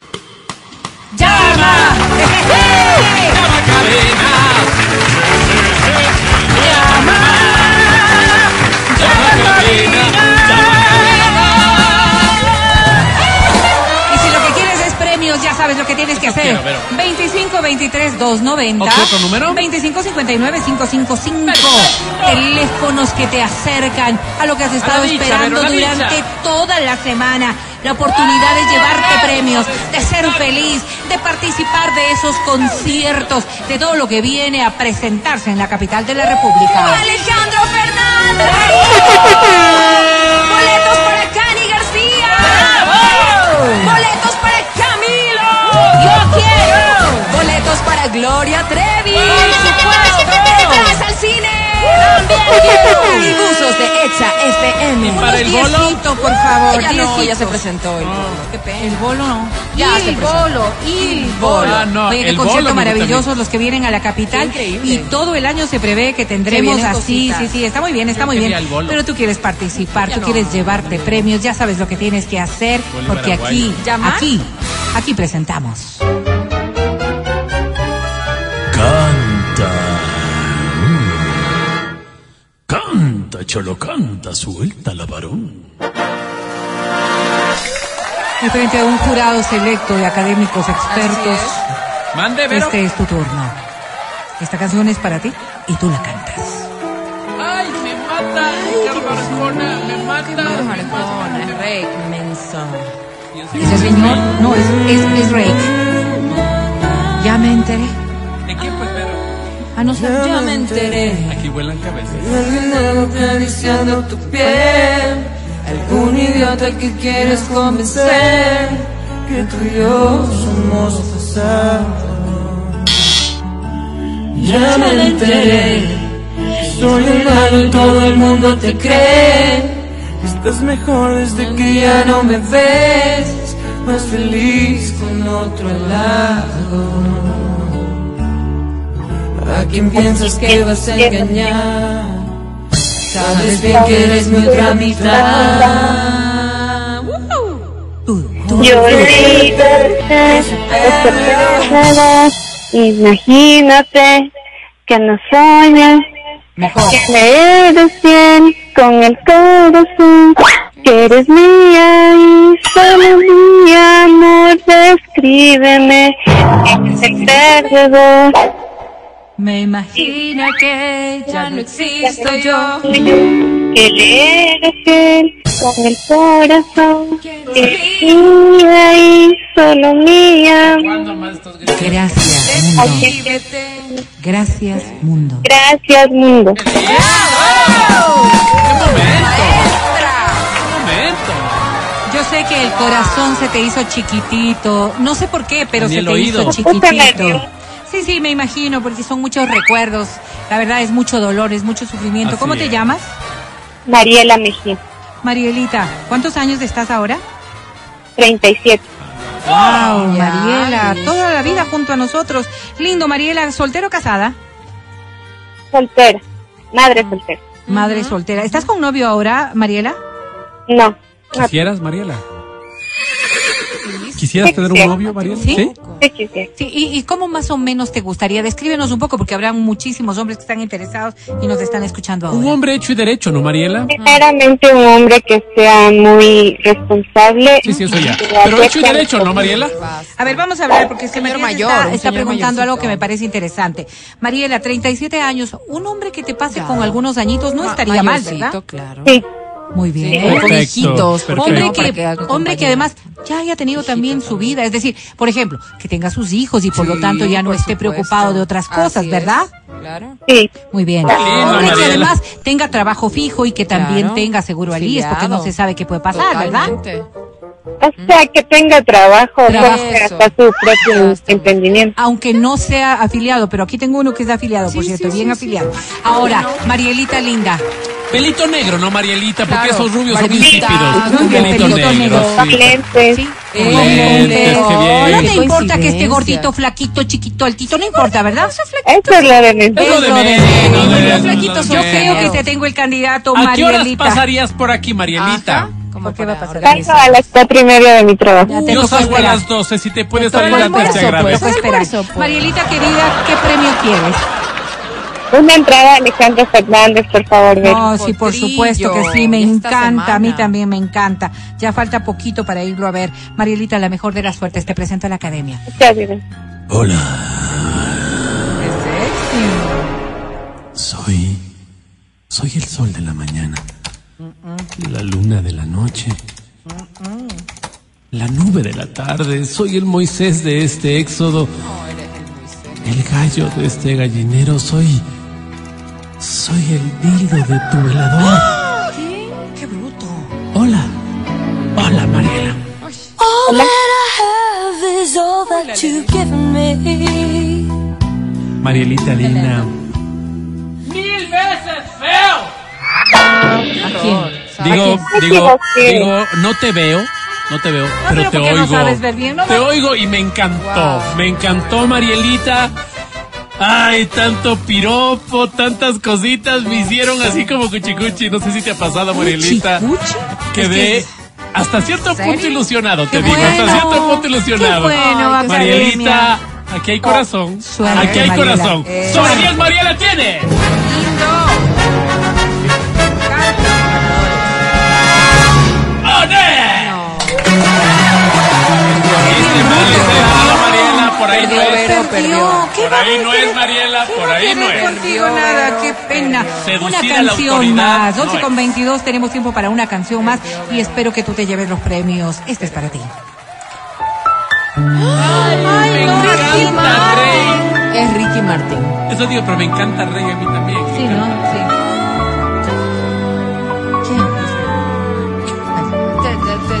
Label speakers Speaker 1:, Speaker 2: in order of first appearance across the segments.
Speaker 1: míos, ya sabes lo que tienes que
Speaker 2: Eso
Speaker 1: hacer.
Speaker 2: quiero, Vero.
Speaker 1: 25 23 290.
Speaker 2: Ok, ¿otro número?
Speaker 1: 25 59 555.
Speaker 2: Perfecto.
Speaker 1: Teléfonos que te acercan a lo que has estado
Speaker 2: dicha,
Speaker 1: esperando
Speaker 2: Vero, la dicha.
Speaker 1: durante toda la semana. La oportunidad de llevarte premios, de ser feliz, de participar de esos conciertos, de todo lo que viene a presentarse en la capital de la República.
Speaker 3: Alejandro Fernández. Boletos para Cani García. Boletos para Camilo. Yo quiero. Boletos para Gloria Trevi. ¡Boletos al cine. También quiero. Y buzos de Exa FM.
Speaker 2: para el
Speaker 1: Unos
Speaker 2: bolo?
Speaker 1: diecitos, por favor.
Speaker 3: Ya no, ya se
Speaker 1: diecitos.
Speaker 3: presentó hoy.
Speaker 1: Qué pena. El bolo no.
Speaker 3: Ya
Speaker 1: Y
Speaker 3: se
Speaker 1: el
Speaker 3: presentó.
Speaker 1: bolo, y el bolo.
Speaker 2: Ah, no,
Speaker 1: Oye, qué
Speaker 2: el bolo
Speaker 1: conciertos
Speaker 2: me gusta
Speaker 1: maravillosos los que vienen a la capital.
Speaker 3: Qué increíble.
Speaker 1: Y todo el año se prevé que tendremos
Speaker 3: vienen
Speaker 1: así.
Speaker 3: cositas.
Speaker 1: Sí, sí, está muy bien, está
Speaker 2: Yo
Speaker 1: muy bien.
Speaker 2: quería el bolo.
Speaker 1: Pero tú quieres participar,
Speaker 3: Ya
Speaker 1: tú
Speaker 3: no.
Speaker 1: quieres llevarte premios, ya sabes lo que tienes que hacer.
Speaker 2: Bolívar
Speaker 1: Porque aquí,
Speaker 2: Aguayo.
Speaker 3: ¿Llamar?
Speaker 1: aquí, aquí presentamos.
Speaker 4: Canta. Mm. Canta, cholo, canta, suelta la varón.
Speaker 1: Y frente a un jurado selecto de académicos expertos,
Speaker 2: Mande, Vero.
Speaker 1: este es tu turno. Esta canción es para ti y tú la cantas.
Speaker 2: Ay, me mata. Ricardo Arjona, me mata. me mata.
Speaker 3: Rey, menso.
Speaker 1: Ese señor no es, es, es Rake. Ya me enteré.
Speaker 2: ¿De qué pues, Vero?
Speaker 1: Ah, no sé, ya me enteré.
Speaker 2: Aquí vuelan cabezas.
Speaker 5: acariciando tu piel. Algún idiota que quieres convencer que tú y yo somos pasados. Ya me enteré, que soy un malo y todo el mundo te cree. Estás mejor desde que ya no me ves, más feliz con otro al lado. ¿A quién piensas que vas a engañar? Sabes bien que eres mi otra mitad.
Speaker 1: Tú, tú.
Speaker 6: Yolita, imagínate que no sueñas,
Speaker 1: Mejor.
Speaker 6: que me eres bien con el corazón, que eres mía y solo mi amor, descríbeme en secreto.
Speaker 1: Me imagino que ya no existo yo.
Speaker 6: Que le eres fiel con el corazón, que eres mía y solo mía.
Speaker 1: Gracias, mundo. Gracias, mundo.
Speaker 6: Gracias, mundo.
Speaker 2: Un momento.
Speaker 1: Yo sé que el corazón se te hizo chiquitito. No sé por qué, pero
Speaker 2: Ni
Speaker 1: se
Speaker 2: el
Speaker 1: te
Speaker 2: oído.
Speaker 1: hizo
Speaker 6: Puta nervio.
Speaker 1: chiquitito. Sí, sí, me imagino, porque son muchos recuerdos. La verdad es mucho dolor, es mucho sufrimiento.
Speaker 2: Así
Speaker 1: ¿Cómo te
Speaker 2: es.
Speaker 1: llamas?
Speaker 6: Mariela Mejía,
Speaker 1: Marielita, ¿cuántos años estás ahora?
Speaker 6: 37.
Speaker 1: Wow,
Speaker 3: Ya,
Speaker 1: Mariela,
Speaker 3: listo.
Speaker 1: toda la vida junto a nosotros. Lindo, Mariela, soltero o casada?
Speaker 6: Soltera. Madre
Speaker 2: Mm.
Speaker 6: soltera.
Speaker 1: Madre soltera. ¿Estás con novio ahora, Mariela?
Speaker 6: No. No
Speaker 2: ¿Quisieras, Mariela? ¿Quisieras tener un novio, Mariela?
Speaker 1: Sí.
Speaker 6: te quisiera.
Speaker 1: Sí, ¿y, y cómo más o menos te gustaría? Descríbenos un poco, porque habrá muchísimos hombres que están interesados y nos están escuchando
Speaker 2: Un
Speaker 1: ahora.
Speaker 2: hombre hecho y derecho, ¿no, Mariela?
Speaker 6: Primeramente un hombre que sea muy responsable.
Speaker 2: Sí, sí, eso ya.
Speaker 6: que
Speaker 2: Pero hecho y
Speaker 6: acepte
Speaker 2: derecho,
Speaker 6: a
Speaker 2: ¿no,
Speaker 6: los
Speaker 2: Mariela?
Speaker 1: A ver, vamos a hablar, porque este
Speaker 3: Señor
Speaker 1: Mariela
Speaker 3: mayor,
Speaker 1: está,
Speaker 3: un
Speaker 1: está
Speaker 3: señor
Speaker 1: preguntando
Speaker 3: mayorcito.
Speaker 1: algo que me parece interesante. Mariela, 37 años, un hombre que te pase con algunos añitos no estaría mal, ¿verdad?
Speaker 3: claro.
Speaker 6: Sí,
Speaker 1: Muy bien.
Speaker 3: Sí, o con
Speaker 2: Perfecto,
Speaker 3: hijitos,
Speaker 2: perfecto.
Speaker 3: porque
Speaker 1: Hombre
Speaker 3: no, para
Speaker 1: que,
Speaker 3: haga
Speaker 1: hombre que
Speaker 3: compañía.
Speaker 1: además ya haya tenido también su vida, es decir, por ejemplo, que tenga sus hijos y por lo
Speaker 3: Sí,
Speaker 1: tanto ya no
Speaker 3: por
Speaker 1: esté
Speaker 3: supuesto.
Speaker 1: preocupado de otras cosas,
Speaker 3: Así es,
Speaker 1: ¿verdad?
Speaker 3: Claro.
Speaker 6: sí.
Speaker 1: Muy bien.
Speaker 2: lindo,
Speaker 1: hombre que
Speaker 2: Mariela.
Speaker 1: además tenga trabajo fijo y que también
Speaker 3: Claro.
Speaker 1: tenga seguro al IES, porque no
Speaker 3: Afiliado.
Speaker 1: se sabe qué puede pasar, ¿verdad?
Speaker 3: Totalmente.
Speaker 6: O sea, que tenga trabajo, o sea,
Speaker 3: Trabajo.
Speaker 6: hasta su propio
Speaker 3: Eso.
Speaker 6: emprendimiento.
Speaker 1: Aunque no sea afiliado, pero aquí tengo uno que es afiliado, por
Speaker 3: Sí,
Speaker 1: cierto,
Speaker 3: sí,
Speaker 1: bien
Speaker 3: sí,
Speaker 1: afiliado. Ahora, Marielita linda,
Speaker 2: Pelito negro, ¿no, Marielita? Porque
Speaker 3: Claro.
Speaker 2: esos rubios son
Speaker 3: Barbita,
Speaker 2: insípidos.
Speaker 1: muy bien,
Speaker 2: Pelito
Speaker 1: pelito
Speaker 2: negro,
Speaker 1: negro.
Speaker 2: sí.
Speaker 6: Lentes.
Speaker 1: ¿sí?
Speaker 3: Eh,
Speaker 1: Con lentes.
Speaker 2: qué bien.
Speaker 1: No
Speaker 3: Qué
Speaker 1: te importa que esté
Speaker 3: coincidencia.
Speaker 1: gordito, flaquito, chiquito, altito, no importa, ¿verdad?
Speaker 6: Eso es lo de menos.
Speaker 2: Es lo de
Speaker 1: Eso de
Speaker 2: menos,
Speaker 1: menos,
Speaker 2: es
Speaker 1: los
Speaker 2: lo de
Speaker 1: flaquitos. Yo
Speaker 2: menos.
Speaker 1: creo que te tengo el candidato,
Speaker 2: ¿A qué horas
Speaker 1: Marielita.
Speaker 2: pasarías por aquí, Marielita?
Speaker 3: Ajá, como
Speaker 1: ¿Por qué
Speaker 3: para
Speaker 1: va a pasar?
Speaker 6: Salgo
Speaker 3: organizar.
Speaker 6: a las cuatro y media de mi trabajo.
Speaker 1: Ya te
Speaker 2: Yo
Speaker 1: tocó
Speaker 2: salgo a
Speaker 1: esperar.
Speaker 2: las 12, si te puedes
Speaker 1: Todo
Speaker 2: salir
Speaker 1: el
Speaker 2: antes te
Speaker 1: almuerzo, pues,
Speaker 2: agradezco.
Speaker 1: espera.
Speaker 3: Almuerzo, pues.
Speaker 1: Marielita querida, ¿qué premio quieres?
Speaker 6: Una entrada de Alejandro Fernández, por favor, Vero.
Speaker 1: No, sí, por
Speaker 3: Potrillo,
Speaker 1: supuesto que sí, me
Speaker 3: esta
Speaker 1: encanta, a mí
Speaker 3: semana.
Speaker 1: también me encanta. Ya falta poquito para irlo a ver. Marielita, la mejor de las suertes, te presento a la academia.
Speaker 6: Muchas gracias.
Speaker 4: Hola,
Speaker 3: Qué sexy.
Speaker 4: soy. Soy el sol de la mañana. La luna de la noche. La nube de la tarde. Soy el Moisés de este éxodo. El gallo de este gallinero. Soy. Soy el dildo de tu velador.
Speaker 3: ¡Ah! Qué bruto.
Speaker 4: Hola. Hola, Mariela.
Speaker 7: All that I have is all that you've given me.
Speaker 4: Marielita linda.
Speaker 2: ¡Mil veces feo!
Speaker 4: Digo,
Speaker 6: Ay,
Speaker 4: digo,
Speaker 6: qué
Speaker 4: digo, no te veo, no te veo, pero,
Speaker 1: pero
Speaker 4: te
Speaker 1: porque no
Speaker 4: oigo.
Speaker 1: sabes ver bien, ¿no,
Speaker 4: te oigo y me encantó, me encantó Marielita. Ay, tanto piropo, tantas cositas me hicieron así como cuchicuchi. No sé si te ha pasado, Marielita. Quedé hasta cierto punto ilusionado, te digo, hasta
Speaker 1: bueno,
Speaker 4: cierto punto ilusionado.
Speaker 1: qué bueno,
Speaker 4: Ay, Marielita,
Speaker 1: academia.
Speaker 4: aquí hay corazón.
Speaker 1: Suerte,
Speaker 4: aquí hay
Speaker 1: Oh, Mariela.
Speaker 4: corazón.
Speaker 1: Eh.
Speaker 4: Sobre 10 Mariela tiene. ¡Ole! Este mal está errado, Mariela, por ahí no es.
Speaker 3: Pero perdió.
Speaker 1: ¿qué
Speaker 4: Por
Speaker 1: va a
Speaker 4: ahí no
Speaker 1: querer-
Speaker 4: es, Mariela,
Speaker 1: qué
Speaker 4: por
Speaker 1: va a
Speaker 4: ahí
Speaker 1: querer
Speaker 4: no es.
Speaker 1: contigo
Speaker 3: Perdió,
Speaker 1: nada,
Speaker 3: Vero,
Speaker 1: qué pena.
Speaker 4: perdió.
Speaker 1: Una
Speaker 4: Seducir a la
Speaker 1: canción
Speaker 4: autoridad,
Speaker 1: más, 12
Speaker 4: no
Speaker 1: con 22, tenemos tiempo para una canción más y espero que tú te lleves los premios. Este es para ti.
Speaker 2: ¡Me encanta, Rey!
Speaker 3: Es Ricky Martin.
Speaker 4: Eso digo, pero me encanta Rey a mí también.
Speaker 1: Sí, ¿no? Sí.
Speaker 3: Te, te, te, te,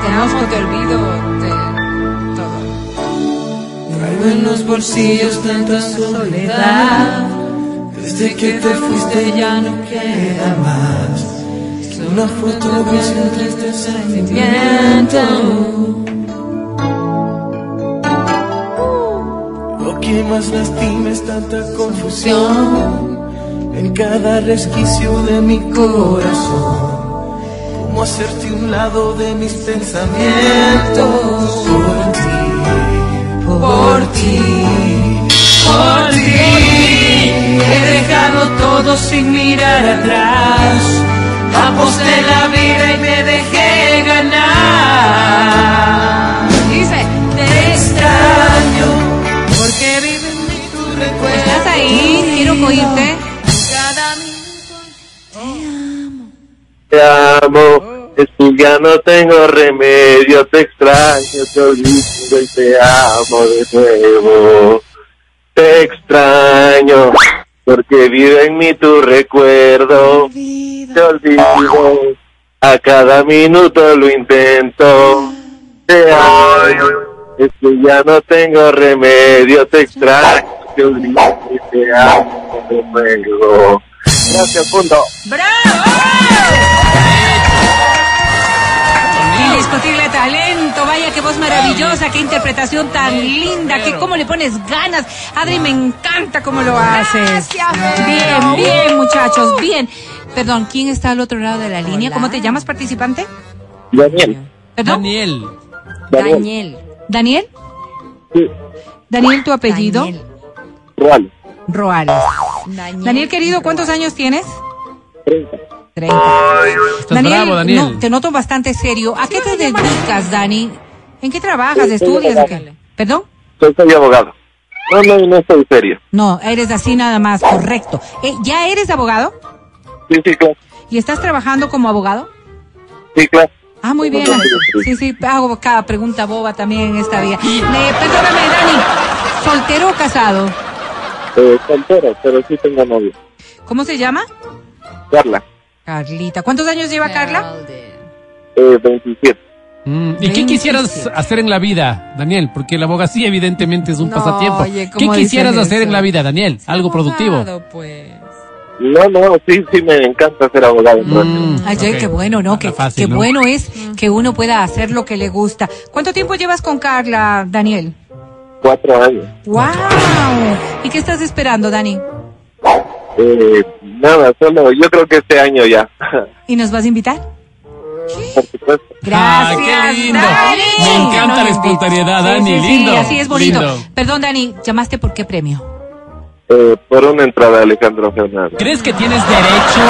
Speaker 3: te amo, te olvido, te, todo.
Speaker 5: Traigo en los bolsillos tanta soledad. Desde que te fuiste ya no queda más. Solo fotos y un triste sentimiento. Lo que más lastima es tanta confusión en cada resquicio de mi corazón. Cómo hacerte un lado de mis pensamientos por ti por ti, por ti. He dejado todo sin mirar atrás. Aposté la vida y me dejé ganar.
Speaker 3: Dice,
Speaker 5: Te extraño porque vive en mí tu recuerdo.
Speaker 1: ¿Estás ahí? Quiero oírte.
Speaker 8: Te amo, es que ya no tengo remedio, te extraño, te olvido y te amo de nuevo. Te extraño, porque vive en mí tu recuerdo. Te olvido, a cada minuto lo intento. Te amo, es que ya no tengo remedio, te extraño, te olvido y te amo de nuevo. Gracias, punto.
Speaker 1: Indiscutible talento, vaya que voz maravillosa, qué interpretación tan linda, que cómo le pones ganas. Adri, me encanta cómo lo haces. Bien, bien,
Speaker 5: Uh.
Speaker 1: muchachos, bien. Perdón, ¿quién está al otro lado de la línea? ¿Cómo te llamas, participante?
Speaker 8: Daniel.
Speaker 1: Perdón,
Speaker 4: Daniel.
Speaker 8: Daniel.
Speaker 3: Daniel.
Speaker 1: Daniel.
Speaker 8: Sí,
Speaker 1: Daniel, tu apellido.
Speaker 8: Juan,
Speaker 1: Roales. Daniel, querido, ¿cuántos años tienes?
Speaker 8: 30.
Speaker 1: 30.
Speaker 4: Estás bravo, Daniel.
Speaker 1: no, te noto bastante serio. ¿A qué te dedicas, Dani? ¿En qué trabajas? ¿Estudias? o qué? ¿Perdón?
Speaker 8: Soy, soy abogado. No, no, no estoy serio.
Speaker 1: No, eres así nada más, correcto. Eh, ¿Ya eres abogado?
Speaker 8: Sí, sí, claro.
Speaker 1: ¿Y estás trabajando como abogado?
Speaker 8: Sí, claro.
Speaker 1: Ah, muy bien. Sí, sí, hago cada pregunta boba también en esta vida. Eh, perdóname, Dani, ¿soltero o casado?
Speaker 8: Eh, soltero, pero sí tengo novio.
Speaker 1: ¿Cómo se llama?
Speaker 8: Carla,
Speaker 1: Carlita. ¿Cuántos años lleva Carla?
Speaker 8: eh, 27.
Speaker 4: Mm, ¿Y qué quisieras hacer en la vida, Daniel? Porque la abogacía evidentemente es un
Speaker 3: No,
Speaker 4: pasatiempo.
Speaker 3: oye,
Speaker 4: ¿Qué
Speaker 3: ¿cómo
Speaker 4: quisieras
Speaker 3: dices
Speaker 4: hacer en
Speaker 3: eso?
Speaker 4: la vida, Daniel? Algo productivo.
Speaker 3: Abogado, pues.
Speaker 8: No, no, sí, sí me encanta ser abogado. pero-
Speaker 4: Mm,
Speaker 1: Ay,
Speaker 4: ok.
Speaker 1: qué bueno, ¿no?
Speaker 4: Anda
Speaker 1: Qué,
Speaker 4: fácil,
Speaker 1: qué
Speaker 4: ¿no?
Speaker 1: bueno es que uno pueda hacer lo que le gusta. ¿Cuánto tiempo llevas con Carla, Daniel?
Speaker 8: Cuatro años.
Speaker 1: ¡Wow! ¿Y qué estás esperando, Dani?
Speaker 8: Eh, nada, solo yo creo que este año ya.
Speaker 1: ¿Y nos vas a invitar?
Speaker 8: Por supuesto.
Speaker 1: Gracias,
Speaker 4: Ah, qué lindo.
Speaker 1: Dani. Que
Speaker 4: Me
Speaker 1: nos
Speaker 4: encanta la
Speaker 1: invite.
Speaker 4: espontaneidad,
Speaker 1: Sí,
Speaker 4: Dani.
Speaker 1: sí, sí,
Speaker 4: lindo.
Speaker 1: así es bonito.
Speaker 4: lindo.
Speaker 1: Perdón, Dani, ¿llamaste por qué premio?
Speaker 8: eh, por una entrada de Alejandro Fernández.
Speaker 4: ¿Crees que tienes derecho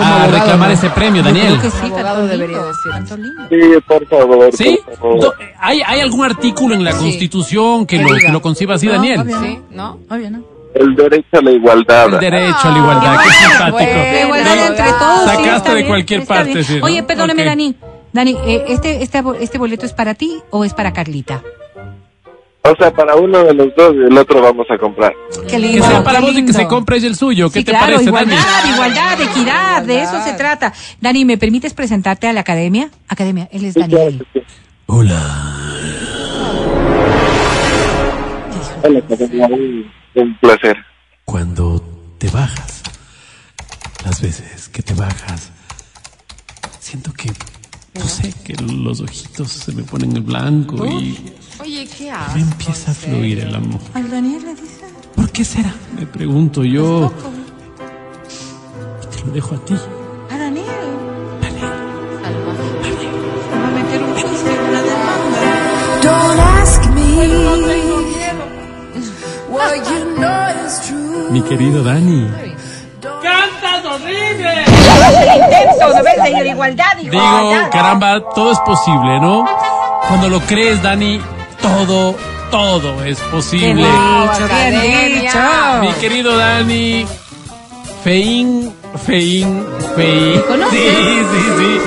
Speaker 4: a reclamar ese premio, Daniel?
Speaker 1: Creo que sí,
Speaker 3: Abogado
Speaker 1: tanto
Speaker 3: debería
Speaker 1: lindo,
Speaker 3: decir.
Speaker 1: tanto lindo.
Speaker 8: Sí, por favor.
Speaker 4: ¿Sí?
Speaker 8: por favor.
Speaker 4: Do- ¿Hay, ¿Hay algún artículo en la Constitución que lo, que lo conciba así, Daniel?
Speaker 3: Sí, ¿no?
Speaker 1: Obvio, ¿no?
Speaker 8: El derecho a la igualdad.
Speaker 4: El derecho a la
Speaker 1: Ah,
Speaker 4: igualdad, qué
Speaker 1: La
Speaker 4: simpático.
Speaker 3: bueno.
Speaker 1: igualdad
Speaker 3: Venga.
Speaker 1: entre todos. sí,
Speaker 4: Sacaste
Speaker 1: está
Speaker 4: de
Speaker 1: bien,
Speaker 4: cualquier
Speaker 1: está
Speaker 4: parte,
Speaker 1: bien.
Speaker 4: sí, ¿no?
Speaker 1: Oye, perdóname,
Speaker 4: Ok.
Speaker 1: Dani. Dani, eh, este, este, bo- ¿este boleto es para ti o es para Carlita?
Speaker 3: Mm.
Speaker 8: O sea, para uno de los dos y el otro vamos a comprar.
Speaker 1: Qué
Speaker 4: Que
Speaker 1: lindo.
Speaker 4: sea para
Speaker 1: qué
Speaker 4: vos y que
Speaker 1: lindo.
Speaker 4: se compre ella el suyo. ¿Qué
Speaker 1: Sí,
Speaker 4: te
Speaker 1: claro,
Speaker 4: parece, Dani?
Speaker 1: igualdad, igualdad, equidad, de eso se trata. Dani, ¿me permites presentarte a la academia? Academia, él es
Speaker 8: Sí, claro
Speaker 1: Daniel.
Speaker 8: que sí.
Speaker 4: Hola.
Speaker 8: Hola, Catalina, un- Un placer.
Speaker 4: Cuando te bajas, las veces que te bajas, siento que, no sé, que los ojitos se me ponen en blanco y
Speaker 3: Oye, ¿qué
Speaker 4: me
Speaker 3: haces?
Speaker 4: empieza a fluir el amor.
Speaker 1: ¿Al Daniel le dice?
Speaker 4: ¿Por qué será? Me pregunto yo. Y te lo dejo a ti.
Speaker 1: ¿A Daniel? Daniel. Va a meter un juicio, una demanda.
Speaker 7: Don't ask me what you know is true.
Speaker 4: Mi querido Dani.
Speaker 2: ¡Cantas horrible!
Speaker 1: A ver, señor, igualdad, ah,
Speaker 4: Digo, caramba, todo es posible, ¿no? Cuando lo crees, Dani, todo, todo es
Speaker 1: Bien
Speaker 4: posible.
Speaker 1: dicho, bien
Speaker 3: Academia.
Speaker 4: Mi
Speaker 1: dicho.
Speaker 4: querido Dani, Fein, Fein, Fein. Sí, sí, sí.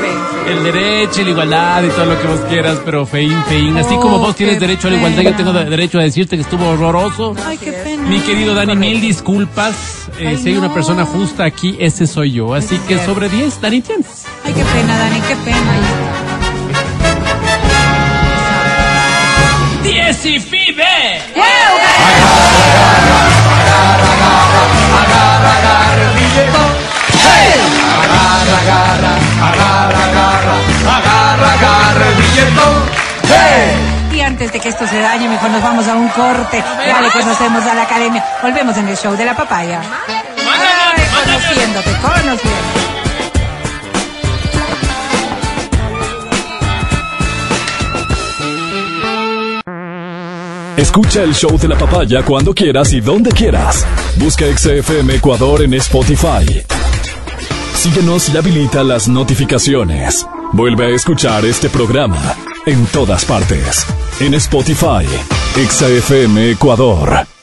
Speaker 4: El derecho, la igualdad y todo lo que vos quieras, pero Fein, Fein. Así como vos tienes
Speaker 1: Oh, qué
Speaker 4: derecho a la igualdad, yo
Speaker 1: pena.
Speaker 4: tengo derecho a decirte que estuvo horroroso.
Speaker 1: Ay, qué pena.
Speaker 4: Mi querido Dani, mil disculpas. Eh,
Speaker 1: Ay,
Speaker 4: si hay
Speaker 1: no.
Speaker 4: una persona justa aquí, ese soy yo. Así que sobre 10, Dani, tienes.
Speaker 1: Ay, qué pena, Dani, qué pena.
Speaker 4: 10 y FIBE.
Speaker 1: Y antes de que esto se dañe, mejor nos vamos a un corte. Ya le conocemos a la academia. Volvemos en el show de la papaya. Ay, conociéndote, conociéndote.
Speaker 9: Escucha el show de la papaya cuando quieras y donde quieras. Busca XFM Ecuador en Spotify. Síguenos y habilita las notificaciones. Vuelve a escuchar este programa en todas partes. En Spotify, XFM Ecuador.